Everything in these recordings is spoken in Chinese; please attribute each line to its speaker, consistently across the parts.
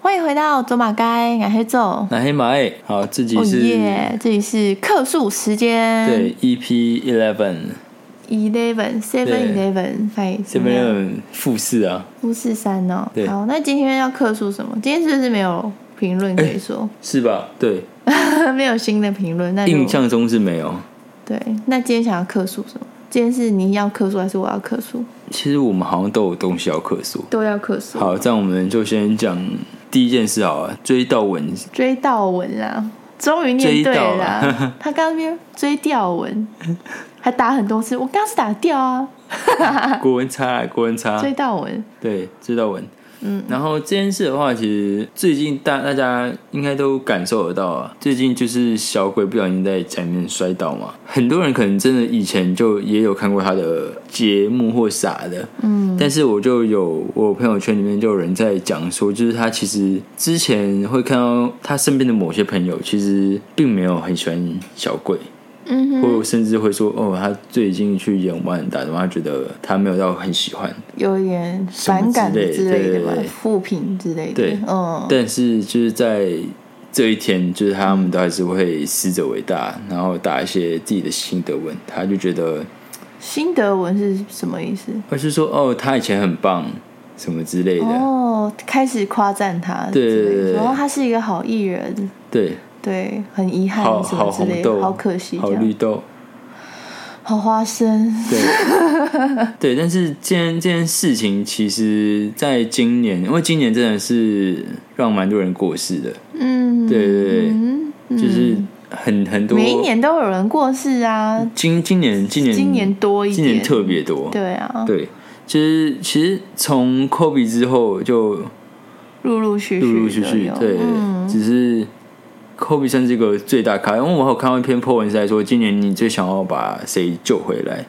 Speaker 1: 欢迎回到走马街，俺黑走。
Speaker 2: 那黑马哎，好，自己
Speaker 1: 哦
Speaker 2: 是、
Speaker 1: 耶！这里是客诉时间，
Speaker 2: 对，E EP eleven
Speaker 1: ，eleven seven
Speaker 2: 对
Speaker 1: eleven，哎，
Speaker 2: 这边有复试啊，
Speaker 1: 富士山哦
Speaker 2: 对。
Speaker 1: 好，那今天要客诉什么？今天是不是没有评论可以
Speaker 2: 哎
Speaker 1: 说？
Speaker 2: 是吧？对，
Speaker 1: 没有新的评论，那就
Speaker 2: 印象中是没有。
Speaker 1: 对。那今天想要客诉什么？今天是你要客诉还是我要客诉？
Speaker 2: 其实我们好像都有东西要克诉。
Speaker 1: 都要客诉。
Speaker 2: 好，这样我们就先讲第一件事好了，追悼文。
Speaker 1: 追悼文啦，终于念对了
Speaker 2: 追啊
Speaker 1: 啦。他刚刚那边追悼文，还打很多次，我刚刚是打掉啊，
Speaker 2: 国文差啊，国文差，
Speaker 1: 追悼文。
Speaker 2: 对，追悼文。嗯，然后这件事的话，其实最近大大家应该都感受得到啊。最近就是小鬼不小心在家里面摔倒嘛，很多人可能真的以前就也有看过他的节目或啥的，嗯。但是我就有我朋友圈里面就有人在讲说，就是他其实之前会看到他身边的某些朋友，其实并没有很喜欢小鬼，
Speaker 1: 嗯哼，
Speaker 2: 或甚至会说哦，他最近去演完打的话，他觉得他没有到很喜欢。
Speaker 1: 有一点反感之类的
Speaker 2: 什么之类的对对
Speaker 1: 吧
Speaker 2: 对对，
Speaker 1: 负评之类的。
Speaker 2: 对
Speaker 1: 嗯，
Speaker 2: 但是就是在这一天，就是他们都还是会死者为大，然后打一些自己的心得文。他就觉得，
Speaker 1: 心得文是什么意思？
Speaker 2: 而是说哦，他以前很棒，什么之类的。
Speaker 1: 哦，开始夸赞他之
Speaker 2: 对
Speaker 1: 类的，
Speaker 2: 对对对
Speaker 1: 然后他是一个好艺人，
Speaker 2: 对，
Speaker 1: 对，很遗憾
Speaker 2: 好
Speaker 1: 什么
Speaker 2: 好
Speaker 1: 之类
Speaker 2: 红
Speaker 1: 的，
Speaker 2: 豆，
Speaker 1: 好可惜
Speaker 2: 好
Speaker 1: 这
Speaker 2: 绿
Speaker 1: 样，
Speaker 2: 豆。
Speaker 1: 好花生，
Speaker 2: 对，对，但是这件这件事情，其实在今年，因为今年真的是让蛮多人过世的，
Speaker 1: 嗯，
Speaker 2: 对对对
Speaker 1: 嗯，
Speaker 2: 就是很很多。
Speaker 1: 每一年都有人过世啊，
Speaker 2: 今今年今年
Speaker 1: 今年多一点，
Speaker 2: 今年特别多，
Speaker 1: 对啊，
Speaker 2: 对，就是其实从 Kobe 之后就
Speaker 1: 陆陆续续
Speaker 2: 陆陆续
Speaker 1: 都
Speaker 2: 续
Speaker 1: 有，
Speaker 2: 对，
Speaker 1: 嗯，
Speaker 2: 只是 Kobe 算是一个最大咖，因为我有看到一篇 po 文是在说，今年你最想要把谁救 回来？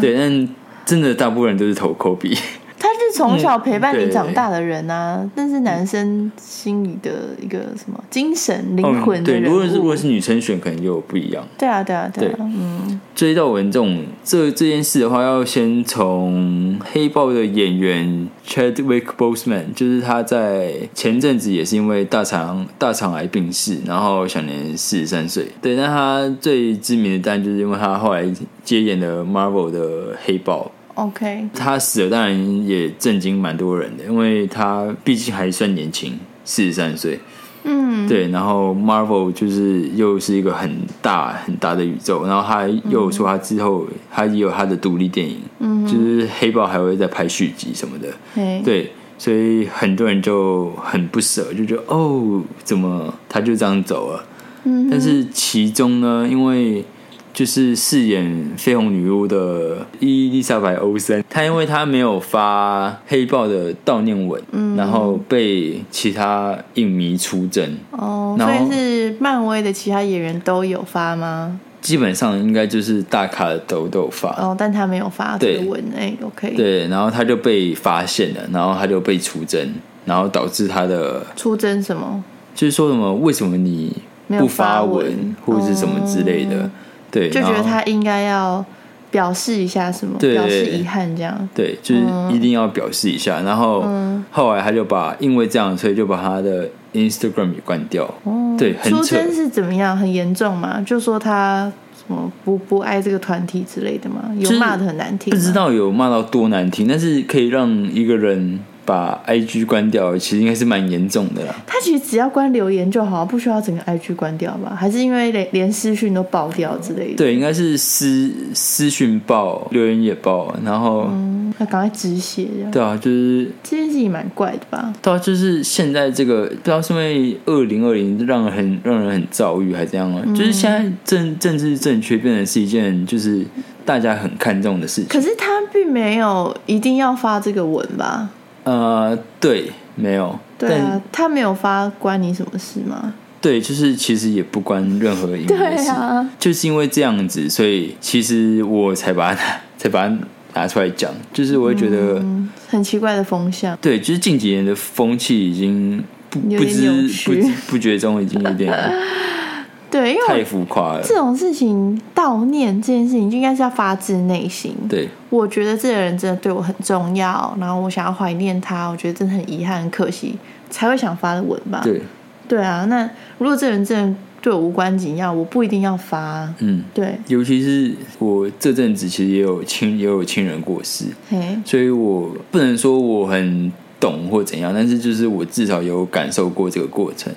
Speaker 2: 对，但真的大部分人都是投 Kobe，
Speaker 1: 他是从小陪伴
Speaker 2: 嗯
Speaker 1: 你
Speaker 2: 对
Speaker 1: 长大的人啊，但是男生心里的一个什么精神灵魂
Speaker 2: 嗯
Speaker 1: 的
Speaker 2: 对，
Speaker 1: 人物，
Speaker 2: 如果是如果是女生选，可能就不一样。
Speaker 1: 对啊，对啊，对啊，
Speaker 2: 对
Speaker 1: 嗯，
Speaker 2: 追悼文这种这这件事的话，要先从黑豹的演员 Chadwick Boseman，就是他在前阵子也是因为大肠大肠癌病逝，然后享年四十三岁。对，那他最知名的当然就是因为他后来接演了 Marvel 的黑豹。
Speaker 1: OK，
Speaker 2: 他死了，当然也震惊蛮多人的，因为他毕竟还算年轻，四十三岁。
Speaker 1: 嗯，
Speaker 2: 对，然后 Marvel 就是又是一个很大很大的宇宙，然后他又有说他之后、他也有他的独立电影，嗯、就是黑豹还会再拍续集什么的，
Speaker 1: 对
Speaker 2: 对，所以很多人就很不舍，就觉得哦，怎么他就这样走了？
Speaker 1: 嗯
Speaker 2: 但是其中呢，因为就是饰演绯红女巫的伊丽莎白·欧森，她因为她没有发黑豹的悼念文，
Speaker 1: 嗯
Speaker 2: 然后被其他影迷出征。
Speaker 1: 哦，
Speaker 2: 然
Speaker 1: 所
Speaker 2: 后
Speaker 1: 以是漫威的其他演员都有发吗？
Speaker 2: 基本上应该就是大咖的都都有发，
Speaker 1: 哦，但他没有发
Speaker 2: 对
Speaker 1: 推文，哎，OK，，
Speaker 2: 对，然后他就被发现了，然后他就被出征，然后导致他的
Speaker 1: 出征什么？
Speaker 2: 就是说什么为什么你
Speaker 1: 没有
Speaker 2: 不发
Speaker 1: 发文
Speaker 2: 或者是什么之类的，对，
Speaker 1: 哦就觉得
Speaker 2: 然后
Speaker 1: 他应该要表示一下什么，
Speaker 2: 对
Speaker 1: 表示遗憾这样。
Speaker 2: 对，就是
Speaker 1: 嗯
Speaker 2: 一定要表示一下，然后后来他就把因为这样，所以就把他的 Instagram 也关掉，对，很
Speaker 1: 哦出
Speaker 2: 扯，
Speaker 1: 征是怎么样？很严重吗？就说他什么不不爱这个团体之类的吗？有
Speaker 2: 是
Speaker 1: 骂的很难听
Speaker 2: 不
Speaker 1: 吗，
Speaker 2: 知道有骂到多难听，但是可以让一个人把 IG 关掉，其实应该是蛮严重的啦。
Speaker 1: 他其实只要关留言就好，不需要整个 IG 关掉吧？还是因为连连私讯都爆掉之类的？，
Speaker 2: 对，应该是私私讯报，留言也报，然后、
Speaker 1: 嗯，他赶快止血这样。
Speaker 2: 对啊，就是
Speaker 1: 这件事情蛮怪的吧？
Speaker 2: 对啊，就是现在这个不知道是因为二零二零让人很让人很躁郁，还是这样啊？就是现在
Speaker 1: 嗯
Speaker 2: 政政治正确变成是一件就是大家很看重的事情。
Speaker 1: 可是他并没有一定要发这个文吧？
Speaker 2: 呃，对，没有，
Speaker 1: 对啊
Speaker 2: 但，
Speaker 1: 他没有发关你什么事吗？
Speaker 2: 对，就是其实也不关任何影
Speaker 1: 对
Speaker 2: 的事，
Speaker 1: 啊，
Speaker 2: 就是因为这样子，所以其实我才把它 拿才把它拿出来讲，就是我会觉得。
Speaker 1: 嗯，很奇怪的风向。
Speaker 2: 对，就是近几年的风气已经不
Speaker 1: 有点
Speaker 2: 不知
Speaker 1: 扭
Speaker 2: 不
Speaker 1: 曲
Speaker 2: 知不觉中已经有点
Speaker 1: 对对，因为
Speaker 2: 太
Speaker 1: 我
Speaker 2: 浮夸了。
Speaker 1: 这种事情悼念这件事情，就应该是要发自内心。
Speaker 2: 对，
Speaker 1: 我觉得这个人真的对我很重要，然后我想要怀念他，我觉得真的很遗憾、很可惜，才会想发的文吧。
Speaker 2: 对，
Speaker 1: 对啊，那如果这个人真的对我无关紧要，我不一定要发啊。
Speaker 2: 嗯，
Speaker 1: 对，
Speaker 2: 尤其是我这阵子其实也有亲也有亲人过世，
Speaker 1: 嘿，
Speaker 2: 所以我不能说我很懂或怎样，但是就是我至少有感受过这个过程。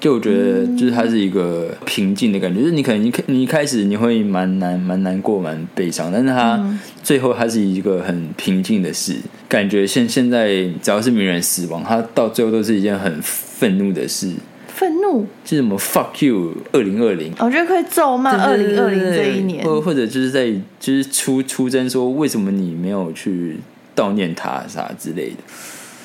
Speaker 2: 就我觉得，就是它是一个平静的感觉，就是你可能你你一开始你会蛮难蛮难过蛮悲伤，但是它最后它是一个很平静的事。感觉现现在只要是名人死亡，它到最后都是一件很愤怒的事，
Speaker 1: 愤怒，
Speaker 2: 就是什么 fuck you 二零二零，
Speaker 1: 我觉哦得可以咒骂二
Speaker 2: 对对
Speaker 1: 零二
Speaker 2: 对
Speaker 1: 零
Speaker 2: 对
Speaker 1: 这
Speaker 2: 对
Speaker 1: 一年。
Speaker 2: 或或者就是在就是出出征说为什么你没有去悼念他啥之类的，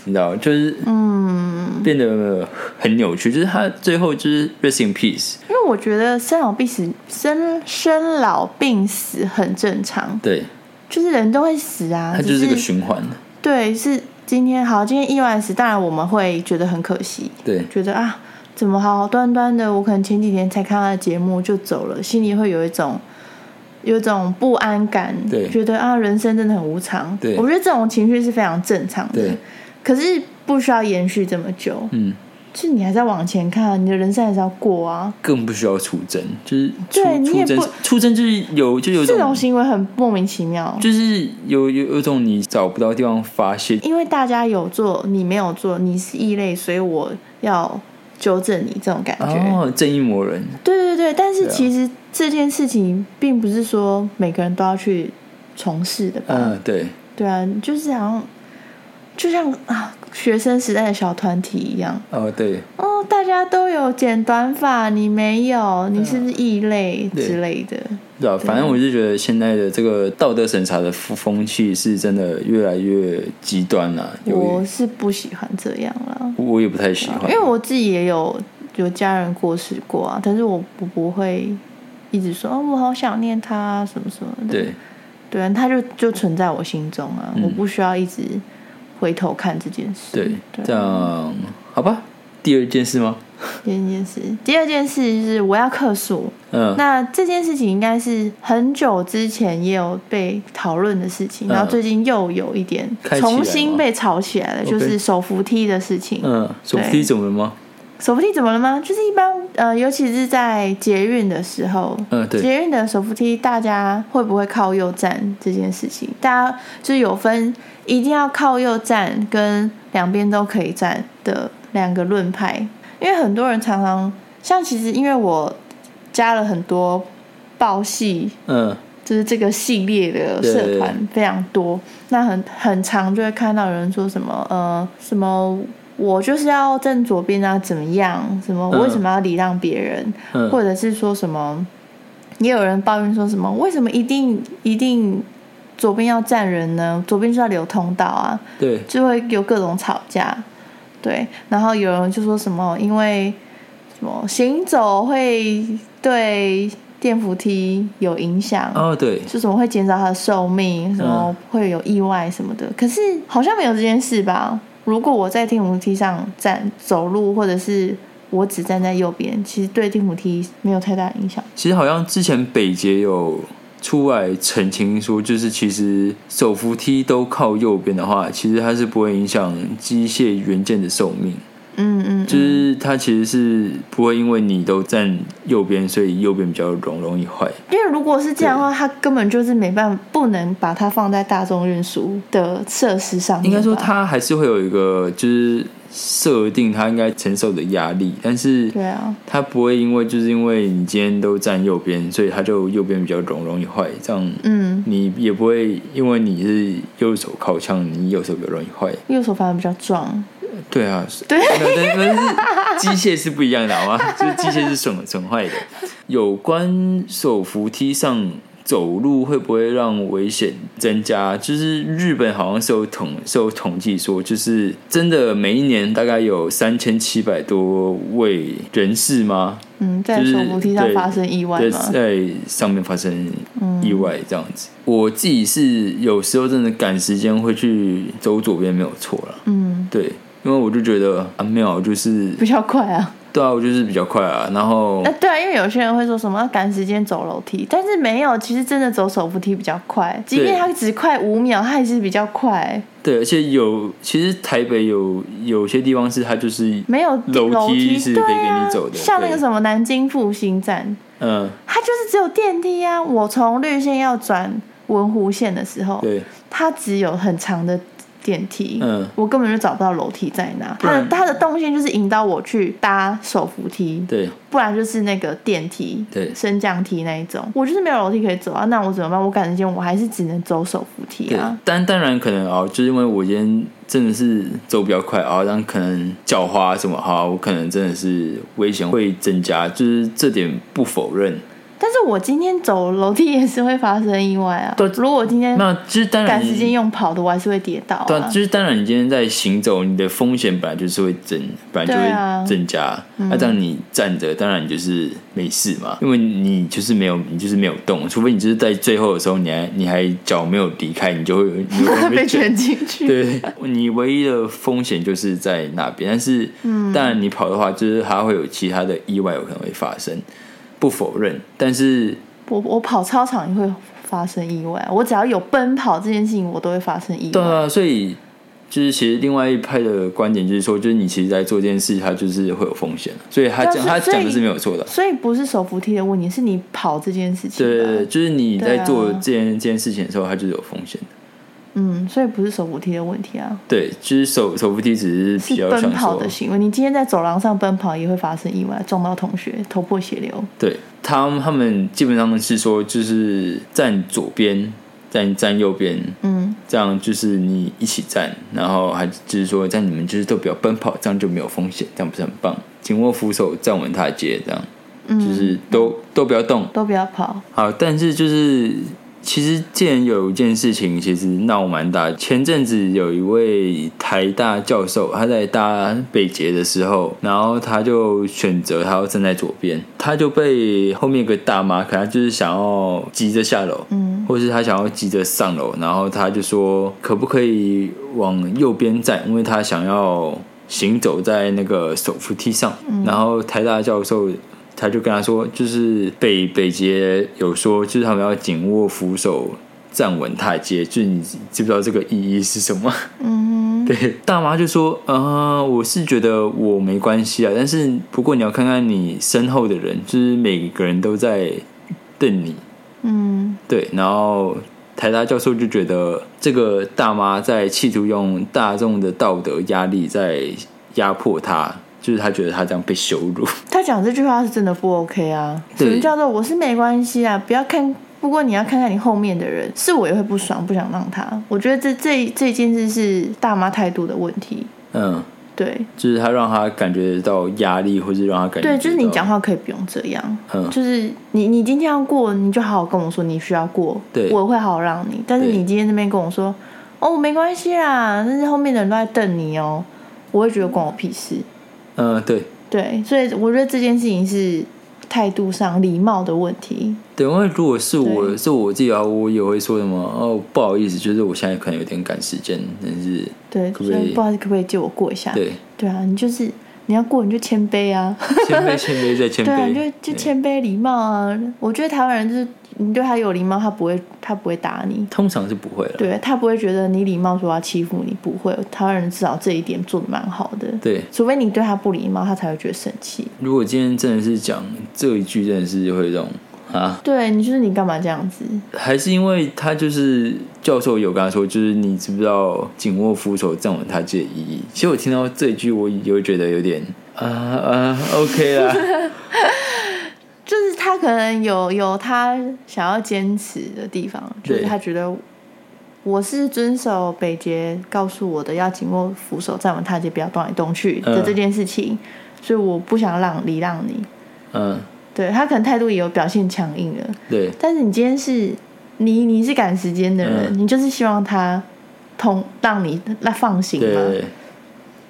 Speaker 2: 你知道，就是嗯，变得很扭曲，就是他最后就是 rest in peace，
Speaker 1: 因为我觉得生老病死、生生老病死很正常，
Speaker 2: 对，
Speaker 1: 就是人都会死啊。
Speaker 2: 他就
Speaker 1: 只
Speaker 2: 是个循环，
Speaker 1: 对，是今天好，今天意外死，当然我们会觉得很可惜，
Speaker 2: 对
Speaker 1: 觉得啊，怎么好好端端的，我可能前几天才看他的节目就走了，心里会有一种有一种不安感，
Speaker 2: 对
Speaker 1: 觉得啊，人生真的很无常。
Speaker 2: 对
Speaker 1: 我觉得这种情绪是非常正常的
Speaker 2: 对，
Speaker 1: 可是不需要延续这么久，
Speaker 2: 嗯，
Speaker 1: 就是你还在往前看，啊你的人生还是要过啊。
Speaker 2: 更不需要出征，就是出
Speaker 1: 对你
Speaker 2: 出
Speaker 1: 也
Speaker 2: 征
Speaker 1: 不哦
Speaker 2: 出征就是有就有一
Speaker 1: 这种
Speaker 2: 种
Speaker 1: 行为很莫名其妙，
Speaker 2: 就是有有有一种你找不到地方发泄，
Speaker 1: 因为大家有做，你没有做，你是异类，所以我要纠正你这种感觉。
Speaker 2: 哦，正义魔人，
Speaker 1: 对对对，但是
Speaker 2: 对啊
Speaker 1: 其实这件事情并不是说每个人都要去从事的吧？
Speaker 2: 嗯，对，
Speaker 1: 对啊，就是好像就像啊学生时代的小团体一样，
Speaker 2: 哦对，
Speaker 1: 哦，大家都有剪短发，你没有，
Speaker 2: 啊
Speaker 1: 你是不是异类
Speaker 2: 对
Speaker 1: 之类的？
Speaker 2: 对啊，反正我就觉得现在的这个道德审查的风风气是真的越来越极端了、
Speaker 1: 我
Speaker 2: 有
Speaker 1: 是不喜欢这样啦，
Speaker 2: 我也不太喜欢，
Speaker 1: 因为我自己也有有家人过世过啊，但是我我不会一直说哦，我好想念他啊什么什么的。
Speaker 2: 对
Speaker 1: 对啊，它就就存在我心中啊，
Speaker 2: 嗯
Speaker 1: 我不需要一直回头看这件事。
Speaker 2: 对
Speaker 1: 对，
Speaker 2: 这样好吧。第二件事吗？
Speaker 1: 第一件事，第二件事就是我要克诉。
Speaker 2: 嗯，
Speaker 1: 那这件事情应该是很久之前也有被讨论的事情，
Speaker 2: 嗯
Speaker 1: 然后最近又有一点
Speaker 2: 开起来吗
Speaker 1: 重新被炒起来了，
Speaker 2: OK
Speaker 1: 就是手扶梯的事情。
Speaker 2: 嗯，手扶梯怎么了吗？
Speaker 1: 手扶梯怎么了吗？就是一般呃，尤其是在捷运的时候，
Speaker 2: 嗯对
Speaker 1: 捷运的手扶梯大家会不会靠右站这件事情，大家就是有分一定要靠右站跟两边都可以站的两个论派，因为很多人常常像其实因为我加了很多报系
Speaker 2: 嗯，
Speaker 1: 就是这个系列的社团非常多，那很很常就会看到有人说什么呃什么我就是要站左边啊怎么样，什么
Speaker 2: 嗯
Speaker 1: 我为什么要礼让别人，
Speaker 2: 嗯
Speaker 1: 或者是说什么，也有人抱怨说什么为什么一定一定左边要站人呢？左边就要留通道啊，
Speaker 2: 对，
Speaker 1: 就会有各种吵架，对，然后有人就说什么因为什么行走会对电扶梯有影响，
Speaker 2: 哦对，
Speaker 1: 就什么会减少它的寿
Speaker 2: 嗯
Speaker 1: 命，什么会有意外什么的。可是好像没有这件事吧？如果我在电扶梯上站走路，或者是我只站在右边，其实对电扶梯没有太大影响。
Speaker 2: 其实好像之前北捷有出来澄清说，就是其实手扶梯都靠右边的话，其实它是不会影响机械元件的寿命。
Speaker 1: 嗯嗯，嗯
Speaker 2: 就是它其实是不会因为你都站右边，所以右边比较容容易坏。
Speaker 1: 因为如果是这样的话，它根本就是没办法，不能把它放在大众运输的设施上面
Speaker 2: 应
Speaker 1: 吧。
Speaker 2: 该说它还是会有一个就是设定它应该承受的压力，但是
Speaker 1: 对啊，
Speaker 2: 它不会因为就是因为你今天都站右边，所以它就右边比较容容易坏。这样
Speaker 1: 嗯，
Speaker 2: 你也不会因为你是右手靠墙，你右手比较容易坏。
Speaker 1: 右手反而比较壮。
Speaker 2: 对啊，对，但但是机械是不一样的，好吗？就是机械是损损坏的。有关手扶梯上走路会不会让危险增加？就是日本好像是有统是有统计说，就是真的每一年大概有三千七百多位人士吗？
Speaker 1: 嗯，在
Speaker 2: 就是
Speaker 1: 手扶梯上
Speaker 2: 对
Speaker 1: 发生意外嗯
Speaker 2: 对，
Speaker 1: 嘛，
Speaker 2: 在上面发生意外这样子。我自己是有时候真的赶时间会去走左边，没有错了。
Speaker 1: 嗯，
Speaker 2: 对，因为我就觉得啊，没有，就是
Speaker 1: 比较快啊，
Speaker 2: 对啊，我就是比较快啊。然后
Speaker 1: 那、对啊，因为有些人会说什么要赶时间走楼梯，但是没有，其实真的走手扶梯比较快，即便它只快五秒，它还是比较快，
Speaker 2: 对，而且有其实台北有有些地方是它就是
Speaker 1: 没有
Speaker 2: 楼梯是可以
Speaker 1: 对
Speaker 2: 给
Speaker 1: 啊，
Speaker 2: 你走的
Speaker 1: 像那个
Speaker 2: 对
Speaker 1: 什么南京复兴站，
Speaker 2: 嗯，
Speaker 1: 它就是只有电梯啊。我从绿线要转文湖线的时候，
Speaker 2: 对，
Speaker 1: 它只有很长的电梯，
Speaker 2: 嗯
Speaker 1: 我根本就找不到楼梯在哪。
Speaker 2: 不
Speaker 1: 它的
Speaker 2: 然
Speaker 1: 它的动线就是引导我去搭手扶梯，
Speaker 2: 对，
Speaker 1: 不然就是那个电梯，
Speaker 2: 对
Speaker 1: 升降梯那一种。我就是没有楼梯可以走啊，那我怎么办？我赶时间，我还是只能走手扶梯
Speaker 2: 对
Speaker 1: 啊。，
Speaker 2: 但当然可能哦，就是因为我今天真的是走比较快啊，然后可能脚滑什么哈，我可能真的是危险会增加，就是这点不否认。
Speaker 1: 但是我今天走楼梯也是会发生意外啊。
Speaker 2: 对
Speaker 1: 如果我今天
Speaker 2: 那就是当然
Speaker 1: 赶时间用跑的，我还是会跌倒
Speaker 2: 对
Speaker 1: 啊。
Speaker 2: 啊，就是当然，你今天在行走，你的风险本来就是会增，本来就
Speaker 1: 对啊
Speaker 2: 会增加。那当然你站着，当然你就是没事嘛，因为你就是没有，你就是没有动，除非你就是在最后的时候，你还你还脚没有离开，你就会 你就会
Speaker 1: 被卷进去，
Speaker 2: 对，你唯一的风险就是在那边，但是，嗯，当然你跑的话，就是还会有其他的意外有可能会发生，不否认。但是，
Speaker 1: 我我跑操场也会发生意外，啊我只要有奔跑这件事情，我都会发生意
Speaker 2: 对
Speaker 1: 外。
Speaker 2: 啊，所以就是其实另外一派的观点就是说，就是你其实在做这件事，它就是会有风险，所以他
Speaker 1: 对啊所
Speaker 2: 讲
Speaker 1: 以
Speaker 2: 他讲的是没有错的。
Speaker 1: 所以不是手扶梯的问题，是你跑这件事情吧。
Speaker 2: 对，就是你
Speaker 1: 对
Speaker 2: 在
Speaker 1: 啊
Speaker 2: 做这件、这件事情的时候，它就是有风险的。
Speaker 1: 嗯，所以不是手扶梯的问题啊，
Speaker 2: 对，就是手手扶梯只是比
Speaker 1: 是
Speaker 2: 较
Speaker 1: 奔
Speaker 2: 想
Speaker 1: 跑
Speaker 2: 说
Speaker 1: 的，行为。你今天在走廊上奔跑也会发生意外，撞到同学，头破血流。
Speaker 2: 对他们他们基本上是说，就是站左边，站站右边，
Speaker 1: 嗯，
Speaker 2: 这样就是你一起站，然后还就是说，在你们就是都不要奔跑，这样就没有风险，这样不是很棒？紧握扶手，站稳踏阶，这样，就是都都不要动。
Speaker 1: 嗯都不要跑。
Speaker 2: 好，但是就是其实既然有一件事情，其实闹蛮大的。前阵子有一位台大教授，他在搭北捷的时候，然后他就选择他要站在左边，他就被后面有个大妈，可能他就是想要急着下楼，
Speaker 1: 嗯，
Speaker 2: 或是他想要急着上楼，然后他就说可不可以往右边站，因为他想要行走在那个手扶梯上。然后台大教授他就跟他说，就是北北捷有说，就是他们要紧握扶手。站稳踏阶，就是你知不知道这个意义是什么？
Speaker 1: 嗯，
Speaker 2: 对，大妈就说：“呃，我是觉得我没关系啊，但是不过你要看看你身后的人，就是每个人都在瞪你，
Speaker 1: 嗯，
Speaker 2: 对，然后台大教授就觉得这个大妈在企图用大众的道德压力在压迫他，就是他觉得他这样被羞辱。
Speaker 1: 他讲这句话是真的不 OK 啊。什
Speaker 2: 对
Speaker 1: 么叫做我是没关系啊？不要看，不过你要看看你后面的人，是我也会不爽，不想让他。我觉得这这这件事是大妈态度的问题。
Speaker 2: 嗯，
Speaker 1: 对
Speaker 2: 就是他让他感觉到压力，或是让他感觉
Speaker 1: 对，就是你
Speaker 2: 到
Speaker 1: 讲，话可以不用这样。
Speaker 2: 嗯，
Speaker 1: 就是你，你今天要过，你就好好跟我说你需要过，
Speaker 2: 对
Speaker 1: 我会好好让你。但是
Speaker 2: 对
Speaker 1: 你今天那边跟我说，哦，没关系啦，但是后面的人都在瞪你哦，我会觉得关我屁事。
Speaker 2: 嗯，对。
Speaker 1: 对，所以我觉得这件事情是态度上礼貌的问题。
Speaker 2: 对，因为如果是我
Speaker 1: 对
Speaker 2: 是我自己啊，我也会说什么哦，不好意思，就是我现在可能有点赶时间，但是
Speaker 1: 对，
Speaker 2: 可不
Speaker 1: 所
Speaker 2: 可
Speaker 1: 以
Speaker 2: 以
Speaker 1: 不好意思，可不可以借我过一下？
Speaker 2: 对，
Speaker 1: 啊，你就是你要过你就谦卑啊，
Speaker 2: 谦卑谦卑再谦
Speaker 1: 对啊，你
Speaker 2: 卑，
Speaker 1: 就就谦卑礼貌啊。我觉得台湾人就是你对他有礼貌，他不会他不会打你。
Speaker 2: 通常是不会了。
Speaker 1: 对他不会觉得你礼貌说要欺负你，不会。台湾人至少这一点做的蛮好的，
Speaker 2: 对，
Speaker 1: 除非你对他不礼貌，他才会觉得生气。
Speaker 2: 如果今天真的是讲这一句，真的是会有一种啊，
Speaker 1: 对你就是你干嘛这样子？
Speaker 2: 还是因为他就是教授有跟他说，就是你知不知道紧握扶手站稳踏阶的意义？其实我听到这一句，我也会觉得有点啊啊，OK 啦，
Speaker 1: 就是他可能有有他想要坚持的地方，就是
Speaker 2: 对
Speaker 1: 他觉得我是遵守北捷告诉我的要紧握扶手站稳踏阶，不要动来动去的
Speaker 2: 嗯
Speaker 1: 这件事情，所以我不想让礼让你。
Speaker 2: 嗯，
Speaker 1: 对他可能态度也有表现强硬了，
Speaker 2: 对
Speaker 1: 但是你今天是你你是赶时间的人，
Speaker 2: 嗯
Speaker 1: 你就是希望他通让你那放行嘛，
Speaker 2: 对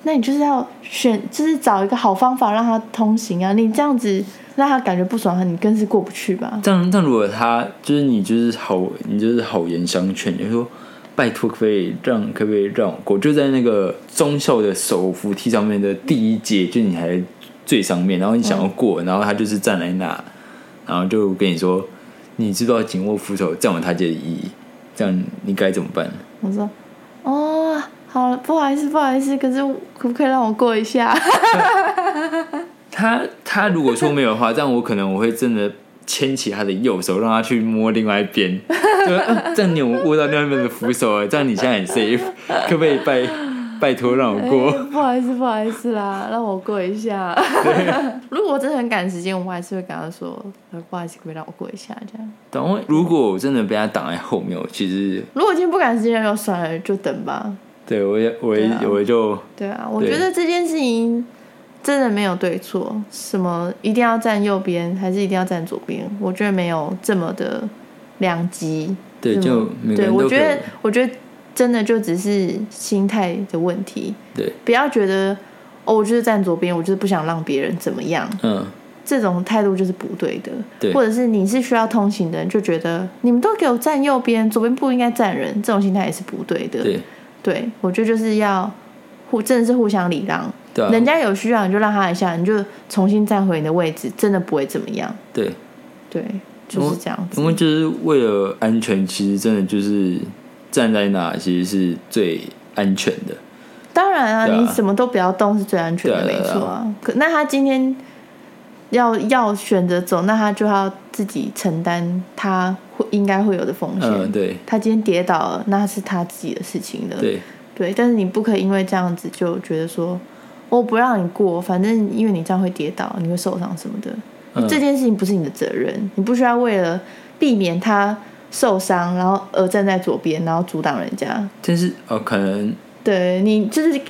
Speaker 1: 那你就是要选，就是找一个好方法让他通行啊。你这样子让他感觉不爽，你更是过不去吧？
Speaker 2: 这样，但如果他就是你就是好，你就是好言相劝，你就说拜托，可不可以让可不可以让我过？就在那个中校的手扶梯上面的第一阶，就你还最上面，然后你想要过，然后他就是站在那，然后就跟你说，你知不知道紧握扶手站稳台阶的意义？这样你该怎么办？
Speaker 1: 我说，哦，好了，不好意思，不好意思，可是可不可以让我过一下？
Speaker 2: 他他如果说没有的话，这样我可能我会真的牵起他的右手，让他去摸另外一边， 就、啊、这样你有握到另外一边的扶手了，这样你现在很 safe，可 不可以拜拜托让我过？
Speaker 1: 哎不好意思，不好意思啦，让我过一 下。如果我真的很赶时间，我还是会跟他说，呃不好意思，可不可以让我过一下？这样，
Speaker 2: 然后如果我真的被他挡在后面，我其实
Speaker 1: 如果今天不赶时间，就算了，就等吧。
Speaker 2: 对我也我也、
Speaker 1: 对啊
Speaker 2: 我就
Speaker 1: 对啊，我
Speaker 2: 对
Speaker 1: 觉得这件事情真的没有对错，什么一定要站右边，还是一定要站左边，我觉得没有这么的两极。
Speaker 2: 对
Speaker 1: 这么
Speaker 2: 就
Speaker 1: 嗯
Speaker 2: 每个
Speaker 1: 对，
Speaker 2: 人
Speaker 1: 我
Speaker 2: 都可
Speaker 1: 觉
Speaker 2: 以
Speaker 1: 得，我觉得真的就只是心态的问题，
Speaker 2: 对，
Speaker 1: 不要觉得哦，我就是站左边，我就是不想让别人怎么样，
Speaker 2: 嗯，
Speaker 1: 这种态度就是不对的。
Speaker 2: 对
Speaker 1: 或者是你是需要通行的人，就觉得你们都给我站右边，左边不应该站人，这种心态也是不对的。
Speaker 2: 对
Speaker 1: 对，我觉得就是要互，真的是互相礼让。
Speaker 2: 对啊，
Speaker 1: 人家有需要你就让他一下，你就重新站回你的位置，真的不会怎么样。
Speaker 2: 对，
Speaker 1: 对，就是这样子
Speaker 2: 因。为就是为了安全，其实真的就是站在那，其实是最安全的。
Speaker 1: 当然啊，
Speaker 2: 对啊
Speaker 1: 你什么都不要动是最安全的，
Speaker 2: 对啊
Speaker 1: 没
Speaker 2: 对啊
Speaker 1: 错啊。可那他今天要要选择走，那他就要自己承担他会应该会有的风险。
Speaker 2: 嗯，对
Speaker 1: 他今天跌倒了，那是他自己的事情了。
Speaker 2: 对
Speaker 1: 对，但是你不可以因为这样子就觉得说，哦我不让你过，反正因为你这样会跌倒，你会受伤什么的。
Speaker 2: 嗯
Speaker 1: 这件事情不是你的责任，你不需要为了避免他受伤，然后而站在左边，然后阻挡人家。
Speaker 2: 但是哦，可能
Speaker 1: 对你就是，就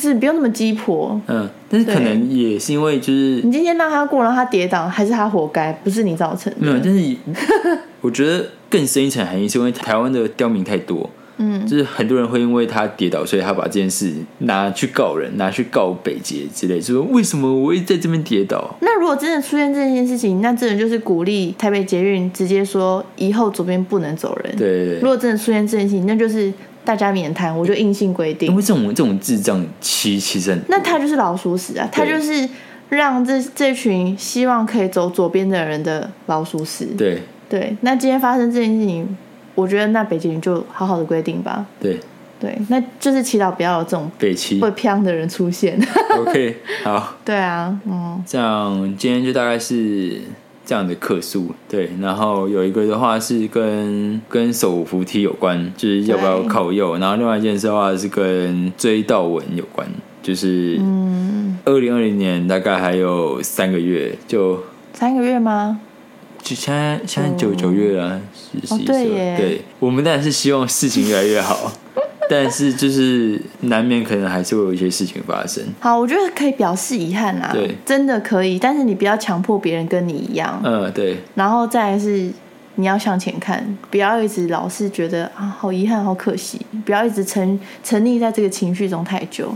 Speaker 1: 是不用那么鸡婆。
Speaker 2: 嗯，但是可
Speaker 1: 对
Speaker 2: 能也是因为就是
Speaker 1: 你今天让他过，然后他跌倒，还是他活该，不是你造成
Speaker 2: 没有，
Speaker 1: 的。
Speaker 2: 但嗯是 我觉得更深一层含义是因为台湾的刁民太多，嗯，就是很多人会因为他跌倒，所以他把这件事拿去告人，拿去告北捷之类，就说为什么我会在这边跌倒？
Speaker 1: 那如果真的出现这件事情，那真的就是鼓励台北捷运直接说以后左边不能走人。
Speaker 2: 对对
Speaker 1: 如
Speaker 2: 对，
Speaker 1: 果真的出现这件事情，那就是大家免谈，我就硬性规
Speaker 2: 因
Speaker 1: 定
Speaker 2: 为。这种这种智障其其实很多
Speaker 1: 那他就是老鼠屎啊，他
Speaker 2: 对
Speaker 1: 就是让这这群希望可以走左边的人的老鼠屎。
Speaker 2: 对
Speaker 1: 对，那今天发生这件事情，我觉得那北京就好好的规定吧。
Speaker 2: 对
Speaker 1: 对，那就是祈祷不要有这种
Speaker 2: 北齐
Speaker 1: 会飘的人出现。
Speaker 2: ，OK，好，
Speaker 1: 对啊，嗯，
Speaker 2: 这样今天就大概是。这样的客数对，然后有一个的话是跟跟手扶梯有关，就是要不要
Speaker 1: 对
Speaker 2: 靠右，然后另外一件事的话是跟追悼文有关，就是嗯，二零二零年大概还有三个月，就
Speaker 1: 三个月吗？
Speaker 2: 就现在现在九九月了，十
Speaker 1: 哦
Speaker 2: 十一
Speaker 1: 对
Speaker 2: 十
Speaker 1: 耶
Speaker 2: 二对，我们当然是希望事情越来越好， 但是就是难免可能还是会有一些事情发生，
Speaker 1: 好，我觉得可以表示遗憾啦
Speaker 2: 对，
Speaker 1: 真的可以，但是你不要强迫别人跟你一样。
Speaker 2: 嗯，对，
Speaker 1: 然后再来是你要向前看，不要一直老是觉得啊好遗憾、好可惜，不要一直沉沉溺在这个情绪中太久，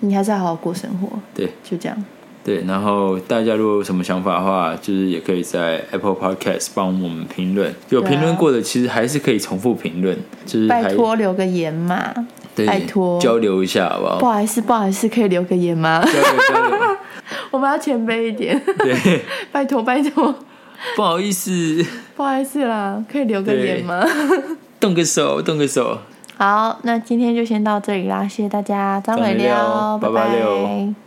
Speaker 1: 你还是要好好过生活，
Speaker 2: 对。
Speaker 1: 就这样。
Speaker 2: 对，然后大家如果有什么想法的话，就是也可以在 Apple Podcast 帮我们评论。有
Speaker 1: 对啊
Speaker 2: 评论过的，其实还是可以重复评论，就是还
Speaker 1: 拜托留个言嘛，
Speaker 2: 对
Speaker 1: 拜托
Speaker 2: 交流一下好不好？
Speaker 1: 不好意思，不好意思，可以留个言吗？
Speaker 2: 交流交流，
Speaker 1: 我们要谦卑一点，
Speaker 2: 对，
Speaker 1: 拜托拜托，
Speaker 2: 不好意思，
Speaker 1: 不好意思啦，可以留个
Speaker 2: 对
Speaker 1: 言吗？
Speaker 2: 动个手，动个手。
Speaker 1: 好，那今天就先到这里啦，谢谢大家，张伟
Speaker 2: 张伟
Speaker 1: 撩，
Speaker 2: 撩
Speaker 1: 拜
Speaker 2: 八八六
Speaker 1: 拜